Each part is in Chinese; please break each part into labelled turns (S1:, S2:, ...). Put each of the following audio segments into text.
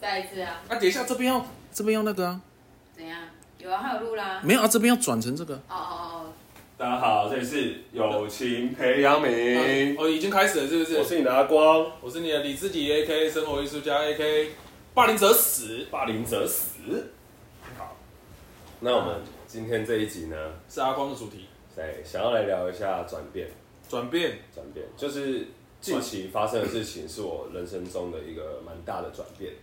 S1: 再一次啊？
S2: 啊，等一下这
S3: 哦
S2: 边要这边要那个啊，
S1: 怎样？有啊，还有录啦。
S2: 没有啊，这边要转成这个。
S1: 哦哦
S4: 大家好，这里是友情培养皿，
S3: 哦，已经开始了，是不是？
S4: 我是你的阿光，
S3: 我是你的李自己 A K 生活艺术家 A K 霸凌者死，
S4: 霸凌者死。好，那我们今天这一集呢，
S3: 是阿光的主题。
S4: 对，想要来聊一下转变，
S3: 转变，
S4: 转变就是近期发生的事情，是我人生中的一个蛮大的转变。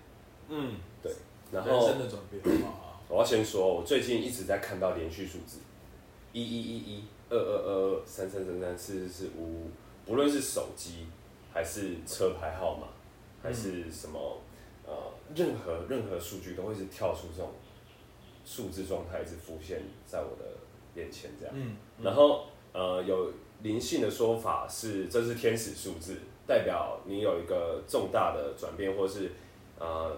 S3: 嗯，
S4: 对，然
S3: 人
S4: 后
S3: 生的转变。啊
S4: 我要先说，我最近一直在看到连续数字，一一一一、二二二二、三三三三、四四四、五五，不论是手机还是车牌号码，还是什么、呃，任何任何数据都会是跳出这种数字状态，一直浮现在我的眼前这样。
S3: 嗯，
S4: 然后呃，有灵性的说法是这是天使数字，代表你有一个重大的转变，或是呃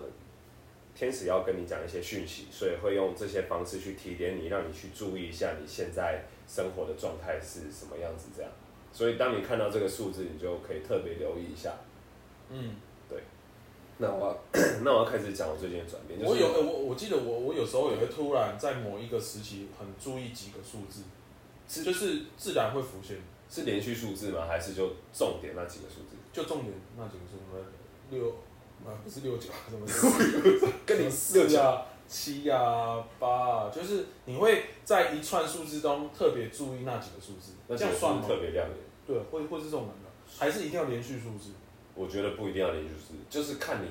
S4: 天使要跟你讲一些讯息，所以会用这些方式去提点你，让你去注意一下你现在生活的状态是什么样子这样。所以当你看到这个数字，你就可以特别留意一下。
S3: 嗯，
S4: 那我要 那我要开始讲我最近的转变，就是
S3: 我有，呃我我记得我我有时候也会突然在某一个时期很注意几个数字，
S4: 是
S3: 就是自然会浮现，
S4: 是连续数字吗？还是就重点那几个数字？
S3: 就重点那几个数字，六啊不是六九啊，什么四
S4: 跟你
S3: 四啊七啊八啊，就是你会在一串数字中特别注意那几个数字，
S4: 那
S3: 这
S4: 几个
S3: 样算
S4: 数
S3: 吗
S4: 字？特别亮眼。
S3: 对，会会是这种人的，还是一定要连续数字？
S4: 我觉得不一定要连续数字，就是看你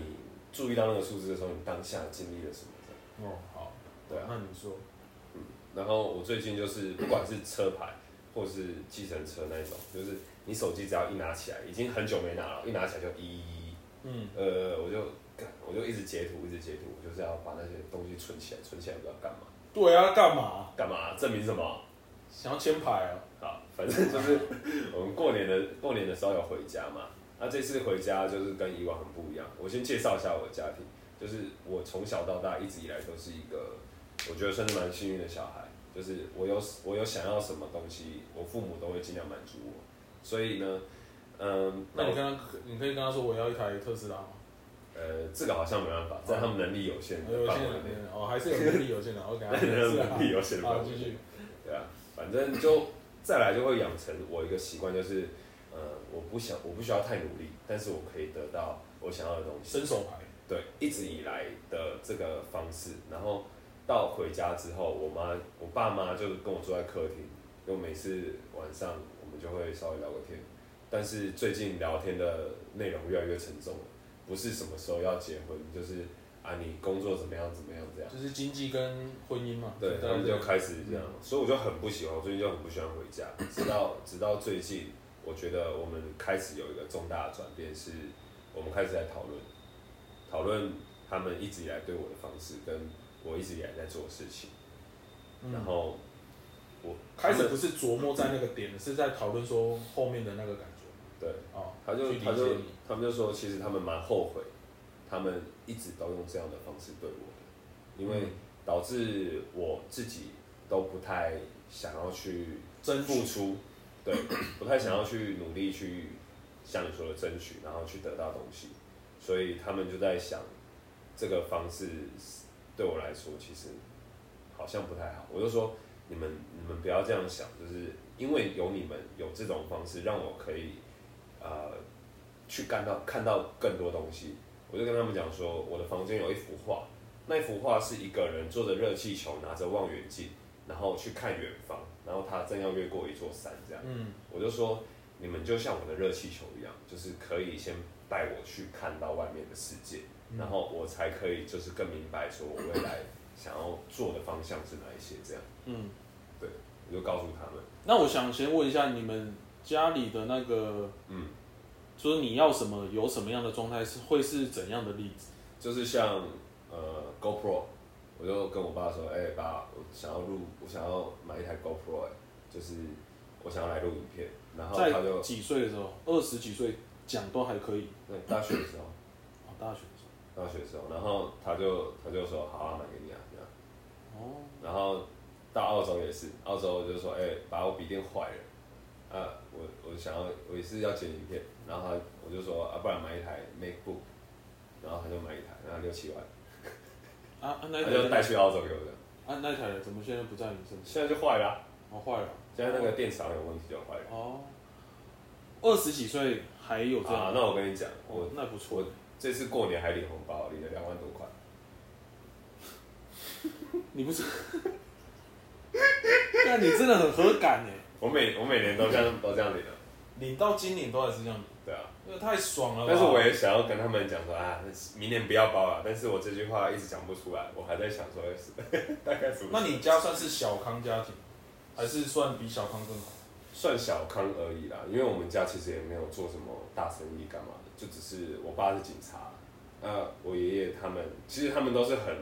S4: 注意到那个数字的时候，你当下经历了什么这样。
S3: 哦，好，
S4: 对啊
S3: 那你说，
S4: 然后我最近就是不管是车牌或是计程车那一种，就是你手机只要一拿起来，已经很久没拿了，一拿起来就一一一，
S3: 嗯，
S4: 呃，我就干，我就一直截图，一直截图，我就是要把那些东西存起来，存起来不知道干嘛，
S3: 对啊，干嘛？
S4: 干嘛证明什么？
S3: 想要签牌啊？
S4: 好，反正就是我们过年的过年的时候有回家嘛，那这次回家就是跟以往很不一样。我先介绍一下我的家庭，就是我从小到大一直以来都是一个，我觉得算是蛮幸运的小孩，就是我有我有想要什么东西，我父母都会尽量满足我。所以呢，嗯，
S3: 那你
S4: 我
S3: 跟他，你可以跟他说我要一台特斯拉吗？
S4: 呃，这个好像没办法，在他们能力有限的
S3: 有
S4: 范
S3: 限
S4: 围
S3: 人
S4: 内，
S3: 哦，还是有能力有限人，我给他
S4: 在
S3: 特
S4: 他
S3: 斯
S4: 们
S3: 拉。
S4: 能力 有限的范
S3: 好，
S4: 围
S3: 继
S4: 内。
S3: 续。
S4: 对啊，反正就再来就会养成我一个习惯，就是呃，我不想我不需要太努力，但是我可以得到我想要的东西。
S3: 伸手牌，
S4: 对，一直以来的这个方式，然后到回家之后，我妈我爸妈就跟我坐在客厅，因为每次晚上我们就会稍微聊个天，但是最近聊天的内容越来越沉重了，不是什么时候要结婚，就是啊你工作怎么样怎么样这样。
S3: 就是经济跟婚姻嘛。
S4: 对，啊
S3: 大
S4: 他
S3: 家
S4: 们就开始这样，
S3: 嗯
S4: 所以我就很不喜欢，我最近就很不喜欢回家，直到直到最近，我觉得我们开始有一个重大的转变，是我们开始在讨论，讨论他们一直以来对我的方式，跟我一直以来在做的事情，
S3: 嗯
S4: 然后我
S3: 开
S4: 他
S3: 始
S4: 们
S3: 不是琢磨在那个点，是在讨论说后面的那个感觉。
S4: 对，
S3: 哦，
S4: 他
S3: 去
S4: 就
S3: 理
S4: 他
S3: 解
S4: 就
S3: 你。
S4: 他们就说，其实他们蛮后悔，他们一直都用这样的方式对我的，因为
S3: 嗯
S4: 导致我自己都不太想要去
S3: 争取
S4: 付出，对， 不太想要去努力去像你说的争取，然后去得到东西，所以他们就在想这个方式对我来说其实好像不太好，我就说你们你们不要这样想，就是因为有你们有这种方式，让我可以呃去看到看到更多东西。我就跟他们讲说，我的房间有一幅画，那幅画是一个人坐着热气球，拿着望远镜，然后去看远方，然后他正要越过一座山这样。
S3: 嗯，
S4: 我就说，你们就像我的热气球一样，就是可以先带我去看到外面的世界，
S3: 嗯
S4: 然后我才可以就是更明白说我未来想要做的方向是哪一些这样。
S3: 嗯，
S4: 对，我就告诉他们，
S3: 那我想先问一下你们家里的那个，
S4: 嗯，
S3: 就是你要什么，有什么样的状态是会是怎样的例子？
S4: 就是像呃 GoPro，我就跟我爸说，哎、爸，我想要录，我想要买一台 GoPro，、哎，就是我想要来录影片，然后
S3: 在
S4: 他就
S3: 几岁的时候，二十几岁讲都还可以，
S4: 对大学的时候。
S3: 哦，大学的时候，
S4: 大学的时候，然后他就他就说好啊，买给你啊，这样。
S3: 哦，
S4: 然后到澳洲也是，澳洲我就说，哎、把我笔电坏了，啊，我我想要我也是要剪影片，然后他我就说啊，不然买一台 MacBook，然后他就买一台，然后六七万，
S3: 啊啊那
S4: 他
S3: 一
S4: 就带
S3: 台
S4: 去澳洲给我的，
S3: 啊那一台怎么现在不在你身上？
S4: 现在就坏了啊、
S3: 哦坏了
S4: 现在那个电池好像有问题就坏了。
S3: 哦，二十几岁还有这
S4: 啊
S3: 样，，
S4: 那我跟你讲，我
S3: 哦那不错，
S4: 这次过年还领红包，领了两万多块。
S3: 你不是？ 那你真的很合感哎，
S4: 我每我每年都这样都这样领啊，
S3: 领到金领都还是这样，
S4: 对啊。
S3: 那太爽了吧。
S4: 但是我也想要跟他们讲说啊，明年不要包啊了。但是我这句话一直讲不出来，我还在想说哎是 大概什么时候。
S3: 那你家算是小康家庭，还是算比小康更好？
S4: 算小康而已啦，因为我们家其实也没有做什么大生意干嘛的，就只是我爸是警察，呃，我爷爷他们其实他们都是很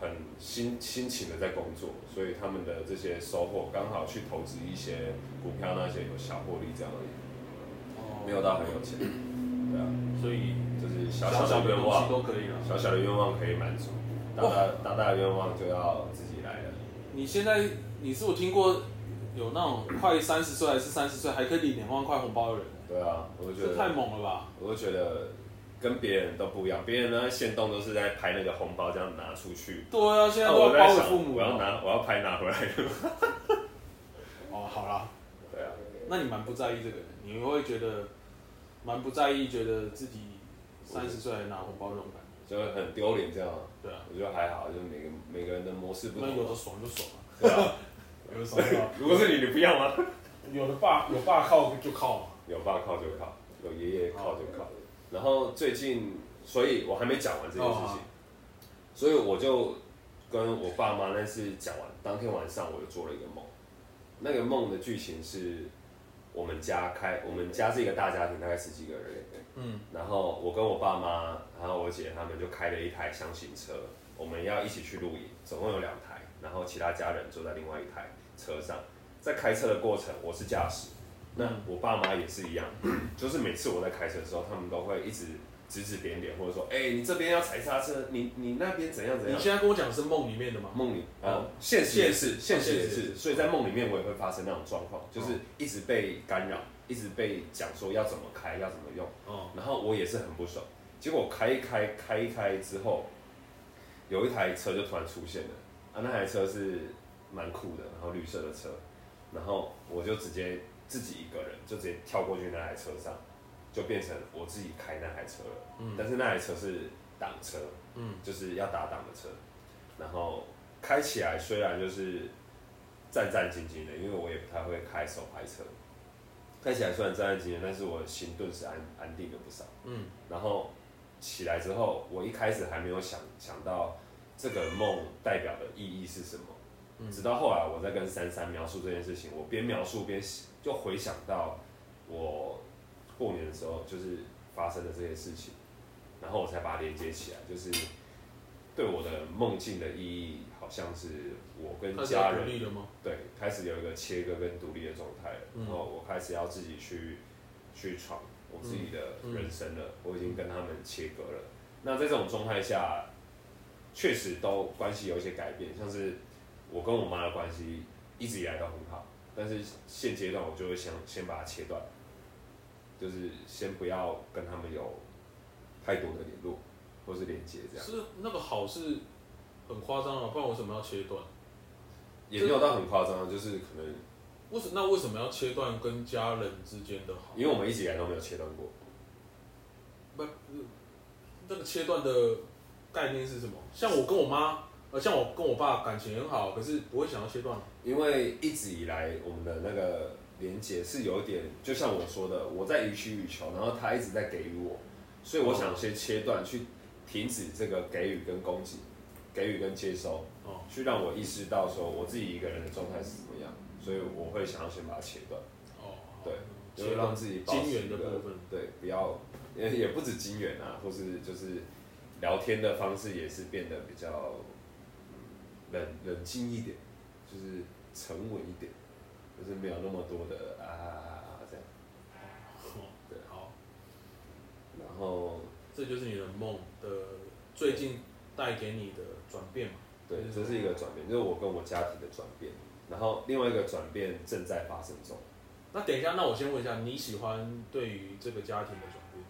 S4: 很辛辛勤的在工作，所以他们的这些收获刚好去投资一些股票那些有小获利这样而已，
S3: 哦
S4: 没有到很有钱，对啊，
S3: 所以
S4: 就是小
S3: 小
S4: 小
S3: 小的啊
S4: 的啊愿
S3: 东西
S4: 望，
S3: 都可以了。
S4: 小小的愿望可以满足，大大大大的愿望就要自己来了。
S3: 你现在你是我听过有那种快三十岁还是三十岁还可以领两万块红包的人，
S4: 对啊，我就觉
S3: 这
S4: 得
S3: 太猛了吧？
S4: 我就觉得跟别人都不一样，别人呢现动都是在拍那个红包这样拿出去。
S3: 对啊，现在
S4: 那
S3: 都要
S4: 我在
S3: 包给
S4: 想
S3: 父母
S4: 我要
S3: 了。
S4: 拿，我要拍拿回来 的。
S3: 哦，好啦，
S4: 对啊，
S3: 那你蛮不在意这个的，你会觉得蛮不在意，觉得自己三十岁还拿红包这种感觉。
S4: 就很丢脸这样啊。
S3: 对啊，
S4: 我觉得还好，就是每个每个人的模式不
S3: 那有的
S4: 同。
S3: 爽就爽啊，
S4: 对啊，
S3: 有的爽就爽啊
S4: 如果是你，你不要吗？
S3: 有的爸有爸靠就靠嘛。
S4: 有爸靠就靠，有爷爷靠就靠。然后最近，所以我还没讲完这件事情，
S3: 哦
S4: 所以我就跟我爸妈那次讲完，当天晚上我就做了一个梦。那个梦的剧情是，我们家开，我们家是一个大家庭，大概十几个人，
S3: 嗯，
S4: 然后我跟我爸妈，还有我姐他们就开了一台箱型车，我们要一起去露营，总共有两台，然后其他家人坐在另外一台车上。在开车的过程，我是驾驶，那
S3: 嗯
S4: 我爸妈也是一样， 就是每次我在开车的时候，他们都会一直指指点点，或者说，哎、你这边要踩刹车，你你那边怎样怎
S3: 你
S4: 样。
S3: 现在跟我讲的是梦里面的吗？
S4: 梦里
S3: 嗯
S4: 啊，现实也是，
S3: 现
S4: 现
S3: 实
S4: 实也
S3: 现实也
S4: 是，
S3: 是
S4: 所以在梦里面我也会发生那种状况，就是
S3: 嗯
S4: 一直被干扰，一直被讲说要怎么开，要怎么用。
S3: 哦，
S4: 然后我也是很不爽。结果开一开开一开之后，有一台车就突然出现了啊，那台车是蛮酷的，然后绿色的车，然后我就直接自己一个人就直接跳过去那台车上，就变成我自己开那台车了。
S3: 嗯
S4: 但是那台车是挡车，
S3: 嗯，
S4: 就是要打挡的车，然后开起来虽然就是战战兢兢的，因为我也不太会开手排车，开起来虽然战战兢兢，但是我的心顿时安安定了不少。
S3: 嗯，
S4: 然后起来之后，我一开始还没有想想到这个梦代表的意义是什么，
S3: 嗯
S4: 直到后来我在跟珊珊描述这件事情，我边描述边就回想到我过年的时候就是发生的这些事情，然后我才把它连接起来，就是对我的梦境的意义，好像是我跟
S3: 他是
S4: 家
S3: 要
S4: 人
S3: 独立了吗？
S4: 对，开始有一个切割跟独立的状态了，
S3: 嗯
S4: 然后我开始要自己去去闯我自己的人生
S3: 嗯
S4: 了，我已经跟他们切割了。那在这种状态下，确实都关系有一些改变，像是我跟我妈的关系一直以来都很好，但是现阶段我就会想先把它切断，就是先不要跟他们有太多的联络或是连接这样，
S3: 是那个好是很夸张啊，不然为什么要切断？
S4: 也没有到很夸张，啊就是可能
S3: 为什那为什么要切断跟家人之间的好？
S4: 因为我们一直以来都没有切断过。
S3: 不，那个切断的概念是什么？像我跟我妈，呃，像我跟我爸感情很好，可是不会想要切断。
S4: 因为一直以来我们的那个连接是有点，就像我说的，我在予取予求，然后他一直在给予我，所以我想先切断，去停止这个给予跟供给，给予跟接收，
S3: 哦，
S4: 去让我意识到说我自己一个人的状态是怎么样，所以我会想要先把它切断，
S3: 哦，
S4: 对，就
S3: 切
S4: 是让
S3: 断
S4: 自己保持
S3: 金
S4: 一
S3: 源
S4: 个
S3: 的部分。
S4: 对，不要也也不止金源啊，或是就是聊天的方式也是变得比较嗯冷冷静一点，就是沉稳一点，就是没有那么多的啊啊啊啊这样。
S3: 哦
S4: 对
S3: 好，
S4: 然后
S3: 这就是你的梦的最近带给你的转变嘛？
S4: 对，这是一个转变，就是我跟我家庭的转变，然后另外一个转变正在发生中。
S3: 那等一下，那我先问一下，你喜欢对于这个家庭的转变？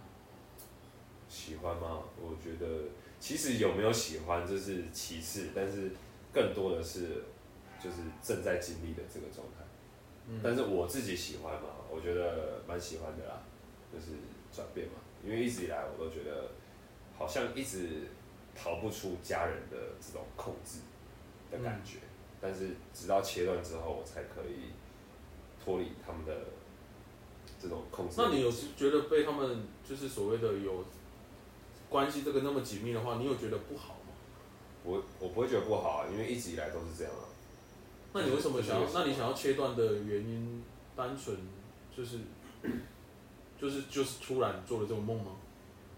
S4: 喜欢吗？我觉得其实有没有喜欢这是其次，但是更多的是就是正在经历的这个状态。
S3: 嗯
S4: 但是我自己喜欢嘛，我觉得蛮喜欢的啦，就是转变嘛，因为一直以来我都觉得好像一直逃不出家人的这种控制的感觉，
S3: 嗯
S4: 但是直到切断之后，我才可以脱离他们的这种控制。
S3: 那你有觉得被他们就是所谓的有关系这个那么紧密的话，你有觉得不好吗？
S4: 我我不会觉得不好啊，因为一直以来都是这样啊。
S3: 那你为什么想要
S4: 就是？
S3: 那你想要切断的原因，单纯就是 就是就是突然做了这种梦吗？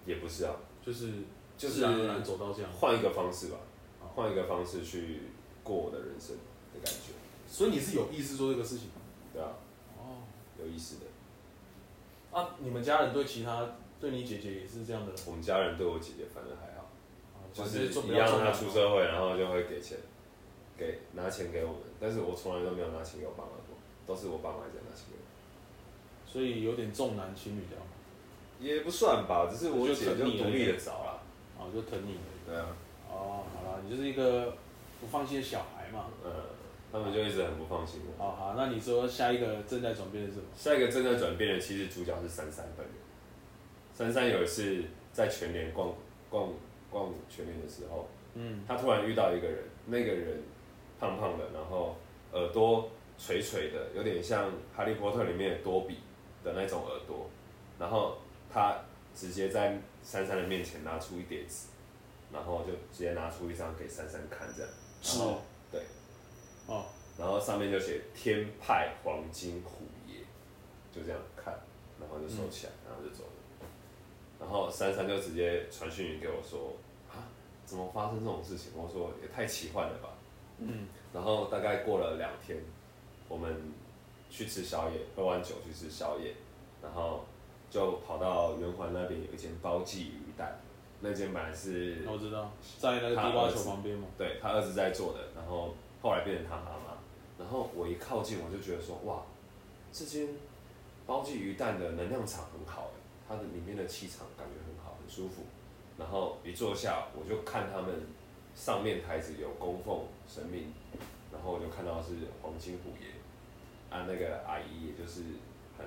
S4: 也不是啊，
S3: 就是
S4: 就是
S3: 自
S4: 哦
S3: 然而然走到这样。
S4: 换一个方式吧，换一个方式去过我的人生的感觉，
S3: 所以你是有意识做这个事情
S4: 对啊，
S3: 哦。
S4: 有意思的。
S3: 啊，你们家人对其他对你姐姐也是这样的，
S4: 我们家人对我姐姐反正还好，就
S3: 反
S4: 是
S3: 正做
S4: 一
S3: 不要
S4: 样
S3: 做
S4: 让
S3: 不
S4: 她
S3: 了
S4: 出社会，然后就会给钱，给拿钱给我们，但是我从来都没有拿钱给我爸妈过，都是我爸妈在拿钱给我。
S3: 所以有点重男轻女这样。
S4: 也不算吧，只是我
S3: 就
S4: 姐
S3: 疼
S4: 就
S3: 你而已
S4: 独立的早啦。
S3: 啊，就疼你。
S4: 对啊，
S3: 哦，好啦，你就是一个不放心的小孩嘛。
S4: 嗯，他们就一直很不放心我。
S3: 好好，那你说下一个正在转变的是什么？
S4: 下一个正在转变的，其实主角是珊珊本人。珊珊有一次在全联逛逛逛全联的时候，
S3: 嗯，
S4: 他突然遇到一个人，那个人胖胖的，然后耳朵垂垂的，有点像《哈利波特》里面的多比的那种耳朵。然后他直接在珊珊的面前拿出一叠纸，然后就直接拿出一张给珊珊看，这样。然后对，
S3: 哦，
S4: 然后上面就写“天派黄金虎爷”，就这样看，然后就收起来，然后就走了。然后珊珊就直接传讯息给我说：“啊，怎么发生这种事情？”我说：“也太奇幻了吧。”
S3: 嗯，
S4: 然后大概过了两天，我们去吃宵夜，喝完酒去吃宵夜，然后就跑到圆环那边有一间包记鱼蛋，那间本来是
S3: 那我知道，在那个地瓜球旁边嘛。
S4: 对他儿子在做的，然后后来变成他妈妈。然后我一靠近，我就觉得说，哇，这间包记鱼蛋的能量场很好欸它的里面的气场感觉很好，很舒服。然后一坐下，我就看他们上面台子有供奉神明，然后我就看到是黄金虎爷，啊，那个阿姨也就是很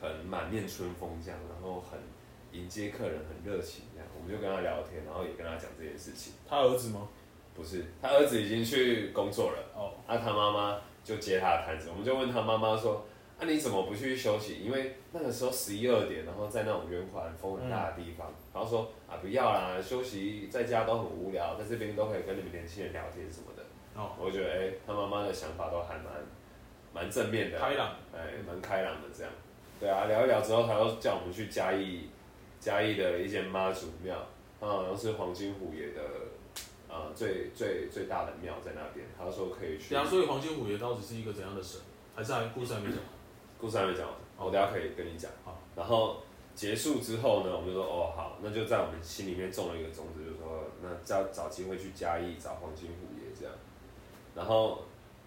S4: 很满面春风这样，然后很迎接客人，很热情这样。我们就跟他聊天，然后也跟他讲这件事情。
S3: 他儿子吗？
S4: 不是，他儿子已经去工作了，
S3: 哦，
S4: 啊，他妈妈就接他的摊子，我们就问他妈妈说，啊，你怎么不去休息？因为那个时候十一二点，然后在那种圆环风很大的地方，然后说啊，不要啦，休息在家都很无聊，在这边都可以跟你们年轻人聊天什么的。
S3: 哦，
S4: 我觉得，哎、他妈妈的想法都还蛮蛮正面的，
S3: 开朗。
S4: 哎，蛮开朗的这样。对啊，聊一聊之后，他又叫我们去嘉义，嘉义的一间妈祖庙，它好像是黄金虎爷的，呃，最最最大的庙在那边。他说可以去。
S3: 等一下，所以黄金虎爷到底是一个怎样的神？还是还故事还没讲完？
S4: 故事还没讲完，我等一下可以跟你讲
S3: 好。
S4: 然后结束之后呢，我们就说哦好，那就在我们心里面种了一个种子，就说那找找机会去嘉义找黄金虎爷这样。然后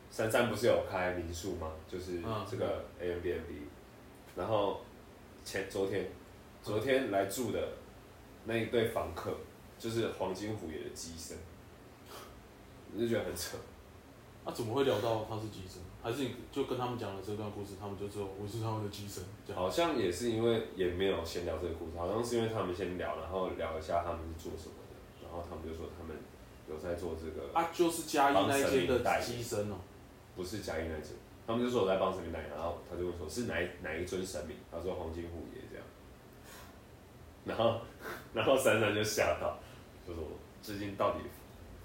S4: 珊珊不是有开民宿吗？就是
S3: 嗯
S4: 这个 a m b n b 然后前昨
S3: 嗯
S4: 天昨天来住的那一对房客，就是黄金虎爷的机身，你就觉得很扯。
S3: 那、啊怎么会聊到他是机神？还是你就跟他们讲了这段故事，他们就知道我是他们的机神？这样。
S4: 好像也是因为也没有先聊这个故事，好像是因为他们先聊，然后聊一下他们是做什么的，然后他们就说他们有在做这个，
S3: 啊，就是嘉义那一间
S4: 帮神明代
S3: 的
S4: 言
S3: 机神哦。
S4: 不是嘉义那一间，他们就说我在帮神明代言，然后他就问说是哪一哪一尊神明，他说黄金虎爷这样，然后 然后珊珊就吓到，就说最近到底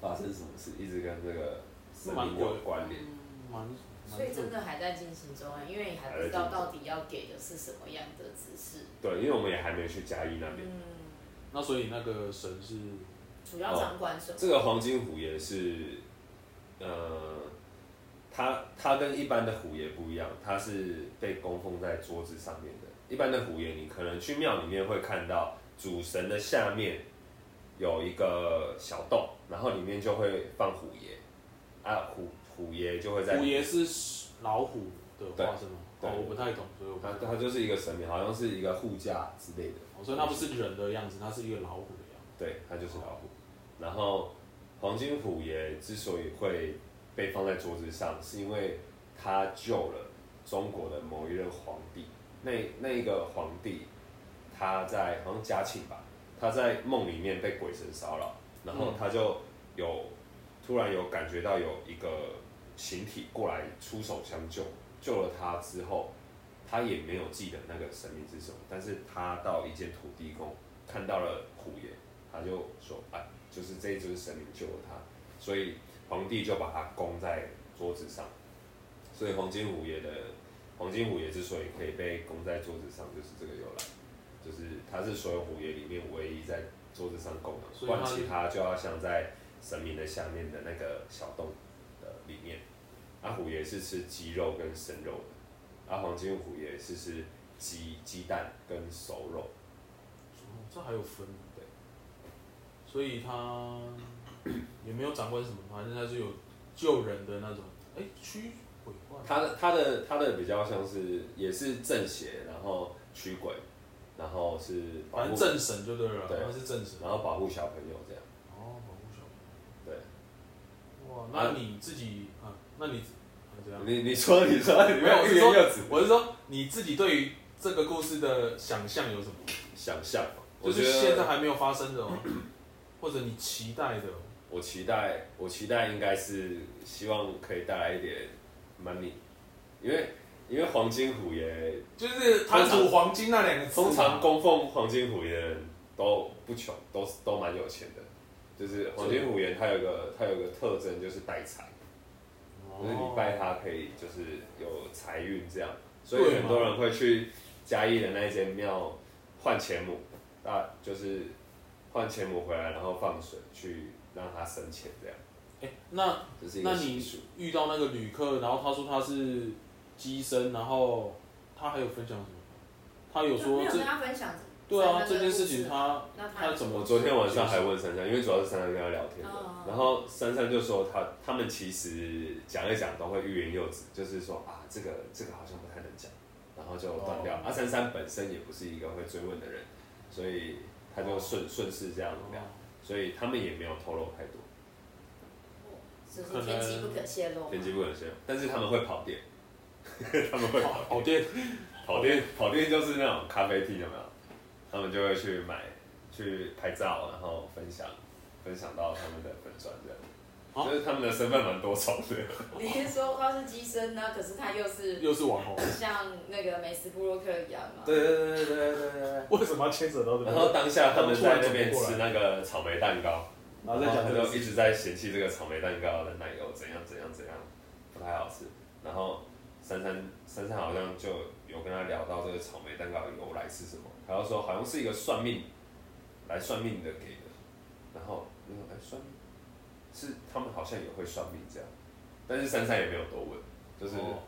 S4: 发生什么事，一直跟这个神明有关联，
S3: 蛮蛮
S5: 嗯所以
S3: 特
S5: 真
S3: 别。
S5: 的还在进行中啊，因为你还不知道到底要给的是什么样的指示。
S4: 对，因为我们也还没去嘉义那边。
S5: 嗯，
S3: 那所以那个神是
S5: 主要掌管什么？
S4: 这个黄金虎爷是，呃，它它跟一般的虎爷不一样，它是被供奉在桌子上面的。一般的虎爷，你可能去庙里面会看到主神的下面有一个小洞，然后里面就会放虎爷，啊虎虎爷就会在
S3: 虎爷是老虎，的
S4: 对
S3: 化身吗？
S4: 对
S3: 哦，我不太懂，所以我不
S4: 它
S3: 太懂。
S4: 它就是一个神明，好像是一个护驾之类的。
S3: 哦所以它不是人的样子，它是一个老虎的样
S4: 对，它就是老虎。然后黄金虎也之所以会被放在桌子上，是因为它救了中国的某一任皇帝。那那一个皇帝，他在好像嘉庆吧，他在梦里面被鬼神骚扰，然后他就有突然有感觉到有一个形体过来出手相救，救了他之后，他也没有记得那个神明是什么，但是他到一间土地公看到了虎爷，他就说：“哎，就是这一尊神明救了他。”所以皇帝就把他供在桌子上。所以黄金虎爷的黄金虎爷之所以可以被供在桌子上，就是这个由来，就是他是所有虎爷里面唯一在桌子上供的，
S3: 所以
S4: 不然
S3: 他是
S4: 其他就要像在神明的下面的那个小洞的里面。阿虎爷是吃鸡肉跟生肉的，阿黄金虎爷是吃鸡鸡蛋跟熟肉。
S3: 子。哦这还有分
S4: 对。
S3: 所以它也没有掌管什么，反正它是有救人的那种，哎，驱鬼怪。
S4: 他的他的他的比较像是也是正邪，然后驱鬼，然后是保
S3: 反
S4: 护
S3: 正，正神就对了啦，
S4: 对
S3: 它是正神。
S4: 然后保护小朋友这样。
S3: 哦，保护小朋
S4: 对，
S3: 友。哇，那你自己啊，那你啊怎样？
S4: 你你说你说你
S3: 没有，我是
S4: 欲言又止
S3: 说，我是说你自己对于这个故事的想象有什么？
S4: 想象，
S3: 就
S4: 我觉
S3: 是现在
S4: 得
S3: 还没有发生的、 哦，或者你期待的哦、
S4: 我期待我期待应该是希望可以带来一点 money，因为因为黄金虎爷
S3: 就是
S4: 贪图
S3: 黄金那两个啊
S4: 通常供奉黄金虎爷的人都不穷，都都蛮有钱的。就是黄金虎爷，他有一个他有一个特征就是带财，
S3: 哦
S4: 就是你拜他可以就是有财运这样，所以
S3: 对嘛
S4: 很多人会去嘉义的那一间庙换钱母，那就是换钱母回来，然后放水去让它生钱这样，
S3: 哎、那
S4: 这是一
S3: 那
S4: 个习
S3: 你
S4: 俗。
S3: 遇到那个旅客，然后他说他是机身，然后他还有分享什么？他有
S5: 没
S3: 说
S5: 有
S3: 这
S5: 跟他分享这
S3: 对啊
S5: 三
S3: 这
S5: 个
S3: 件事
S5: 故事
S3: 情他
S5: 那他
S3: 他怎么？
S4: 我昨天晚上还问珊珊，因为主要是珊珊跟她聊天
S3: 嗯
S4: 的，
S5: 哦
S4: 然后珊珊就说她他们其实讲一讲都会欲言又止，就是说啊这个这个好像不太能讲，然后就断掉。
S3: 哦
S4: 阿珊珊本身也不是一个会追问的人，所以她就顺顺势这样聊，所以他们也没有透露太多，
S5: 就是天机不可泄露嘛。
S4: 天机不可泄露，但是他们会跑店， 他们会跑
S3: 跑店，
S4: 跑店跑店就是那种咖啡厅有没有？他们就会去买去拍照，然后分享分享到他们的粉砖这样。
S3: 啊
S4: 就是他们的身份蛮多重的，
S5: 你是说他是机身呢？可是他又是
S3: 又是网红，
S5: 像那个美食布洛克一样嘛？
S4: 对对对对对对对。
S3: 为什么要牵扯到这个？
S4: 然后当下他们在那边吃那个草莓蛋糕，
S3: 然后再讲
S4: 他
S3: 这个
S4: 就
S3: 事
S4: 一直在嫌弃这个草莓蛋糕的奶油怎样怎样怎样不太好吃。然后珊珊珊珊好像就有跟他聊到这个草莓蛋糕的由来是什么，他就说好像是一个算命来算命的给的。然后我就说哎算命是他们好像也会算命这样，但是珊珊也没有多问，就是
S3: 哦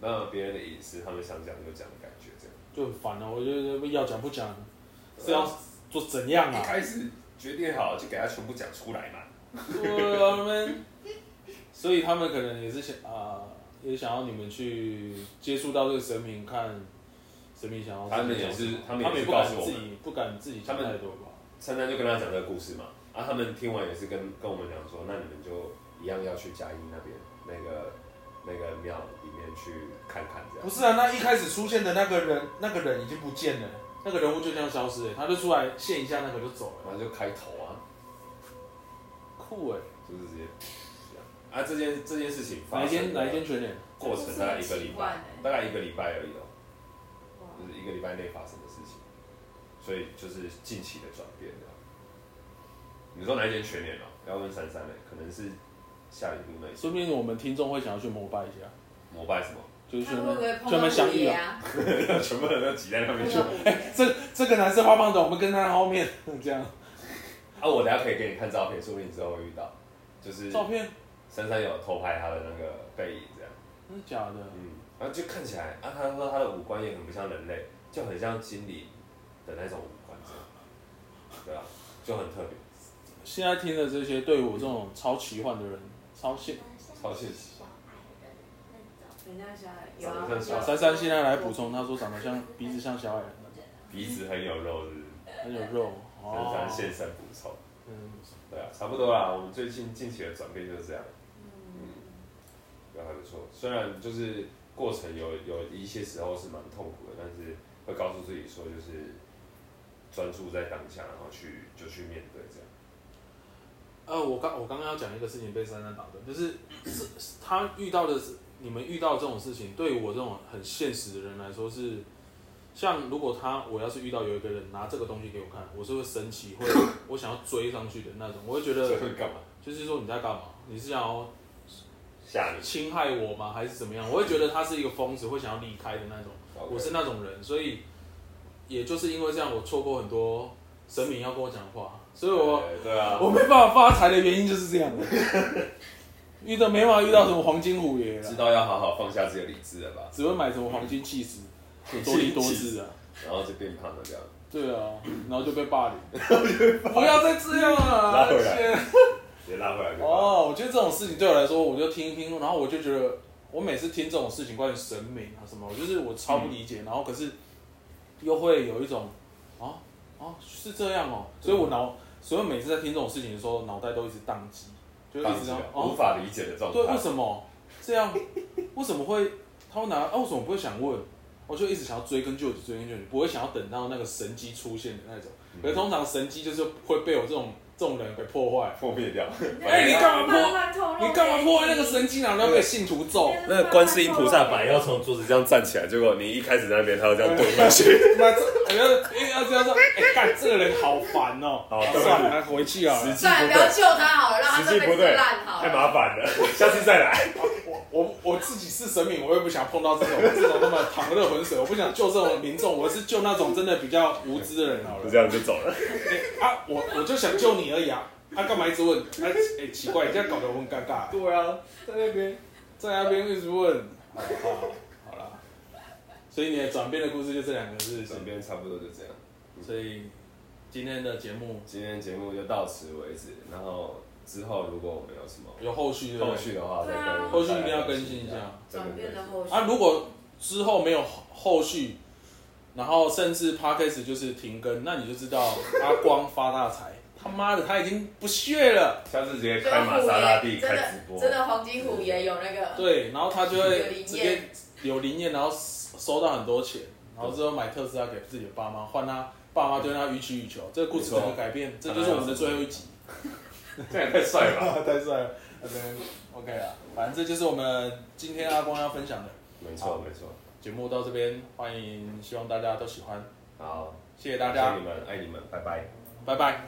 S4: 那别人的隐私他们想讲就讲的感觉这样。
S3: 就很烦啊！我觉得要讲不讲是要做怎样
S4: 一
S3: 啊？
S4: 开始决定好就给他全部讲出来嘛。
S3: 对啊，他们，所以他们可能也是想啊、也想要你们去接触到这个神明，看神明想要
S4: 他们也是
S3: 他
S4: 他们也是
S3: 不
S4: 告
S3: 敢
S4: 诉我
S3: 自
S4: 们
S3: 己不敢自己讲
S4: 他们
S3: 太多吧？
S4: 珊珊就跟他讲这个故事嘛，啊，他们听完也是跟跟我们讲说，那你们就一样要去嘉义那边那个那个庙里面去看看这样。
S3: 不是啊，那一开始出现的那个人，那个人已经不见了，那个人物就这样消失、欸，他就出来现一下，那个就走了，
S4: 然后就开头啊，
S3: 酷哎、
S4: 就是直接这样啊，这件这件事情
S3: 哪
S4: 发
S3: 一间
S4: 生
S3: 哪一
S4: 的
S3: 间全脸？
S4: 过程大概一个礼拜，大概一个礼拜而已哦，
S5: 哇
S4: 就是一个礼拜内发生的事情，所以就是近期的转变这样。你说哪一间全年哦？要问珊珊嘞，可能是下里路那一间
S3: 说不定我们听众会想要去膜拜一下，
S4: 膜拜什么？
S3: 就是去
S5: 他
S3: 那
S5: 会不会
S3: 边
S5: 碰
S3: 专
S5: 到
S3: 门相
S5: 虎
S3: 遇
S5: 爷
S3: 啊。
S5: 啊？
S4: 全部人都挤在那边
S5: 碰
S4: 去。
S5: 到虎爷，
S3: 这这个男生花棒的，我们跟他后面这样
S4: 啊，我等下可以给你看照片，说不定你之后会遇到。就是
S3: 照片，
S4: 珊珊有偷拍他的那个背影，这样，
S3: 真的假的？
S4: 嗯，然后就看起来，啊，他说他的五官也很不像人类，就很像精灵的那种五官，这样，对啊，就很特别，
S3: 现在听的这
S2: 啊
S3: 些，对我这种超奇幻的人，超现
S4: 超现实。
S6: 小矮人那种，
S5: 全家小孩有
S4: 长
S5: 啊
S4: 得像，小
S5: 有
S2: 珊珊现在来补充，她说长得像鼻子像小矮人，
S4: 鼻子很有肉，是不是？
S2: 很有肉
S4: 这是咱
S2: 哦。
S4: 现身补充。
S3: 嗯，
S4: 对啊，差不多啦。我们最近近期的转变就是这样，
S5: 嗯，
S4: 对，还不错。虽然就是过程有有一些时候是蛮痛苦的，但是会告诉自己说，就是专注在当下，然后去就去面对这样。
S3: 呃，我刚我刚刚要讲一个事情被珊珊打断，就是是是他遇到的是你们遇到这种事情，对于我这种很现实的人来说是，像如果他我要是遇到有一个人拿这个东西给我看，我是会生气， 会我想要追上去的那种，我会觉
S4: 这
S3: 得
S4: 会干嘛？
S3: 就是说你在干嘛？你是想要
S4: 吓你？
S3: 侵害我吗？还是怎么样？我会觉得他是一个疯子，会想要离开的那种。我是那种人，所以也就是因为这样，我错过很多神明要跟我讲话，所以我
S4: 对对啊，
S3: 我没办法发财的原因就是这 样。遇到没办法遇到什么黄金虎爷
S4: 知
S3: 啦，
S4: 道要好好放下自己的理智了吧？
S3: 只会买什么黄金气死，
S4: 嗯
S3: 多利多姿啊，
S4: 然后就变胖了这样。
S3: 对啊，然后就被霸 凌，不要再这样了，
S4: 拉回
S3: 而且
S4: 来直接拉回来就好。
S3: 哦，我觉得这种事情对我来说，我就听一听，然后我就觉得，我每次听这种事情关于神明啊什么，我就是我超不理解，然后可是又会有一种，啊啊是这样哦，所以我脑，所以我每次在听这种事情的时候，脑袋都一直宕机，就一
S4: 放
S3: 直这
S4: 弃
S3: 样
S4: 了，啊无
S3: 哦，
S4: 法理解的状
S3: 对，为
S4: 态。
S3: 什么这样？为什么会他会拿？啊，为什么不会想问？我就一直想要追根究底，追根究底，不会想要等到那个神机出现的那种。可是通常神机就是会被我这种这种人给破坏。
S4: 嗯破灭掉。
S3: 哎你干嘛不
S5: 慢慢透露
S3: 你干嘛破坏那个神经啊？然后被信徒咒，
S4: 那个观世音菩萨本来要从桌子这样站起来，结果你一开始在那边，他要这样蹲 下去，
S3: 那这哎要要这样说，哎、干这个人好烦哦、
S4: 好
S3: 啊
S4: 对不起
S3: 算了，回去啊。
S4: 实际
S1: 算了，不要救他好了，让他
S4: 实
S1: 这
S4: 际
S1: 辈
S4: 不
S1: 子
S4: 对，
S1: 烂好
S4: 太
S1: 了。
S4: 麻烦了，下次再来。
S3: 我我我自己是神明，我也不想碰到这种这种那么淌热浑水，我不想救这种民众，我是救那种真的比较无知的人好了
S4: 就。 这样就走了。
S3: 哎啊，我我就想救你而已啊，他、干嘛一直问？哎、哎、奇怪，这样搞得我很尴尬。对啊，在那边在那边一直问，好好好啦。所以你的转变的故事就这两个事情
S4: 身。边差不多就这样，
S3: 所以今天的节目
S4: 今天节目就到此为止。然后之后如果我们有什么
S3: 有后续对不对
S4: 后续的话，再
S5: 对啊
S4: 跟
S3: 后续一定要更新一下
S4: 真
S5: 转变的后续
S3: 啊，如果之后没有后后续，然后甚至 podcast 就是停更，那你就知道阿光发大 财，他妈的他已经不屑了。
S4: 下次直接
S5: 真
S4: 开
S5: 的
S4: 玛
S5: 虎
S4: 莎拉蒂
S5: 爷
S4: 开
S5: 真
S4: 直
S5: 的
S4: 播，
S5: 真的黄金虎也有那个，
S3: 对，然后他就
S5: 有灵
S3: 会
S5: 验
S3: 直接有灵验，然后收到很多钱，然后之后买特斯拉给自己的爸妈，换他爸妈对他予取予求。这个故事
S4: 没错
S3: 怎么改变？这就是我们的最后一集。
S4: 这样也太帅了吧？
S3: 太帅了，OK，OK 了，反正这就是我们今天阿光要分享的
S4: 没错没错，
S3: 节目到这边，欢迎希望大家都喜欢，
S4: 好，
S3: 谢谢大
S4: 谢谢
S3: 家
S4: 你，们，爱你们，拜拜。
S3: 拜拜。